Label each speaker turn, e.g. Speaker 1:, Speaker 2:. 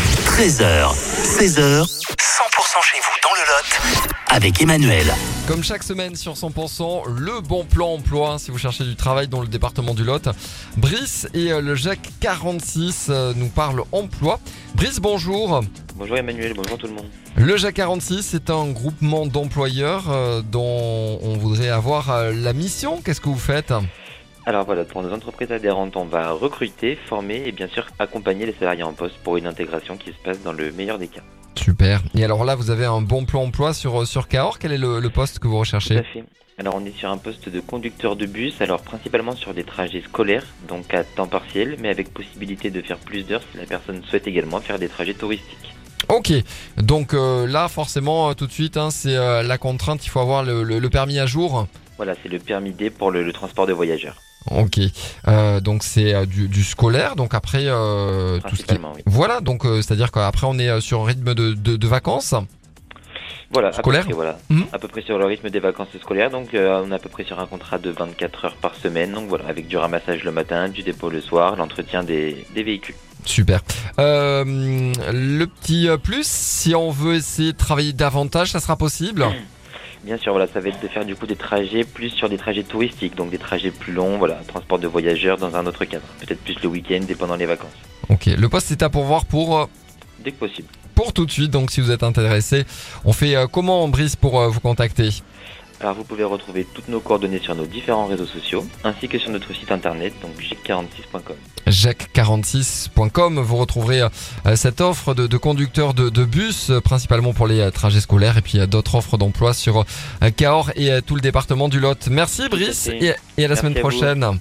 Speaker 1: 13h, 16h, 100% chez vous dans le Lot, avec Emmanuel.
Speaker 2: Comme chaque semaine sur 100%, le bon plan emploi hein, si vous cherchez du travail dans le département du Lot. Brice et euh, le Jacques 46 euh, nous parlent emploi. Brice, bonjour.
Speaker 3: Bonjour Emmanuel, bonjour tout le monde.
Speaker 2: Le E Jacques 46 est un groupement d'employeurs euh, dont on voudrait avoir euh, la mission. Qu'est-ce que vous faites
Speaker 3: Alors voilà, pour nos entreprises adhérentes, on va recruter, former et bien sûr accompagner les salariés en poste pour une intégration qui se passe dans le meilleur des cas.
Speaker 2: Super. Et alors là, vous avez un bon plan emploi sur, euh, sur Cahors. Quel est le, le poste que vous
Speaker 3: Tout à
Speaker 2: recherchez
Speaker 3: fait. Alors on est sur un poste de conducteur de bus, alors principalement sur des trajets scolaires, donc à temps partiel, mais avec possibilité de faire plus d'heures si la personne souhaite également faire des trajets touristiques.
Speaker 2: Ok. Donc euh, là, forcément, euh, tout de suite, hein, c'est euh, la contrainte. Il faut avoir le, le- le permis à jour.
Speaker 3: Voilà, c'est le permis D pour le, le transport de voyageurs,
Speaker 2: Ok. Euh, donc c'est euh, du, du scolaire. Donc après, euh, tout ce qui...
Speaker 3: principalement, oui.
Speaker 2: Voilà. Donc euh, c'est-à-dire qu'après, on est euh, sur un rythme de, de- de vacances.
Speaker 3: Voilà, à peu
Speaker 2: Scolaire
Speaker 3: près, voilà.
Speaker 2: Mhm.
Speaker 3: À peu près sur le rythme des vacances scolaires, donc euh, on est à peu près sur un contrat de 24 heures par semaine, donc voilà, avec du ramassage le matin, du dépôt le soir, l'entretien des, des véhicules.
Speaker 2: Super. Euh, le petit euh, plus, si on veut essayer de travailler davantage, ça sera possible.
Speaker 3: Bien sûr, voilà, ça va être de faire du coup des trajets plus sur des trajets touristiques, donc des trajets plus longs, voilà, transport de voyageurs dans un autre cadre, peut-être plus le week-end et pendant les vacances,
Speaker 2: Ok. Le poste est à pourvoir pour euh,
Speaker 3: dès que possible.
Speaker 2: pour tout de suite. Donc si vous êtes intéressé, on fait euh, comment on brise pour euh, vous contacter
Speaker 3: Alors vous pouvez retrouver toutes nos coordonnées sur nos différents réseaux sociaux, ainsi que sur notre site internet, donc gic46.com.
Speaker 2: jacques46.com. Vous retrouverez euh, cette offre de, de conducteur de, de bus, euh, principalement pour les euh, trajets scolaires, et puis euh, d'autres offres d'emploi sur euh, Cahors et euh, tout le département du Lot. Merci Brice,
Speaker 3: Merci.
Speaker 2: et, et à la
Speaker 3: Merci
Speaker 2: semaine
Speaker 3: à vous.
Speaker 2: prochaine.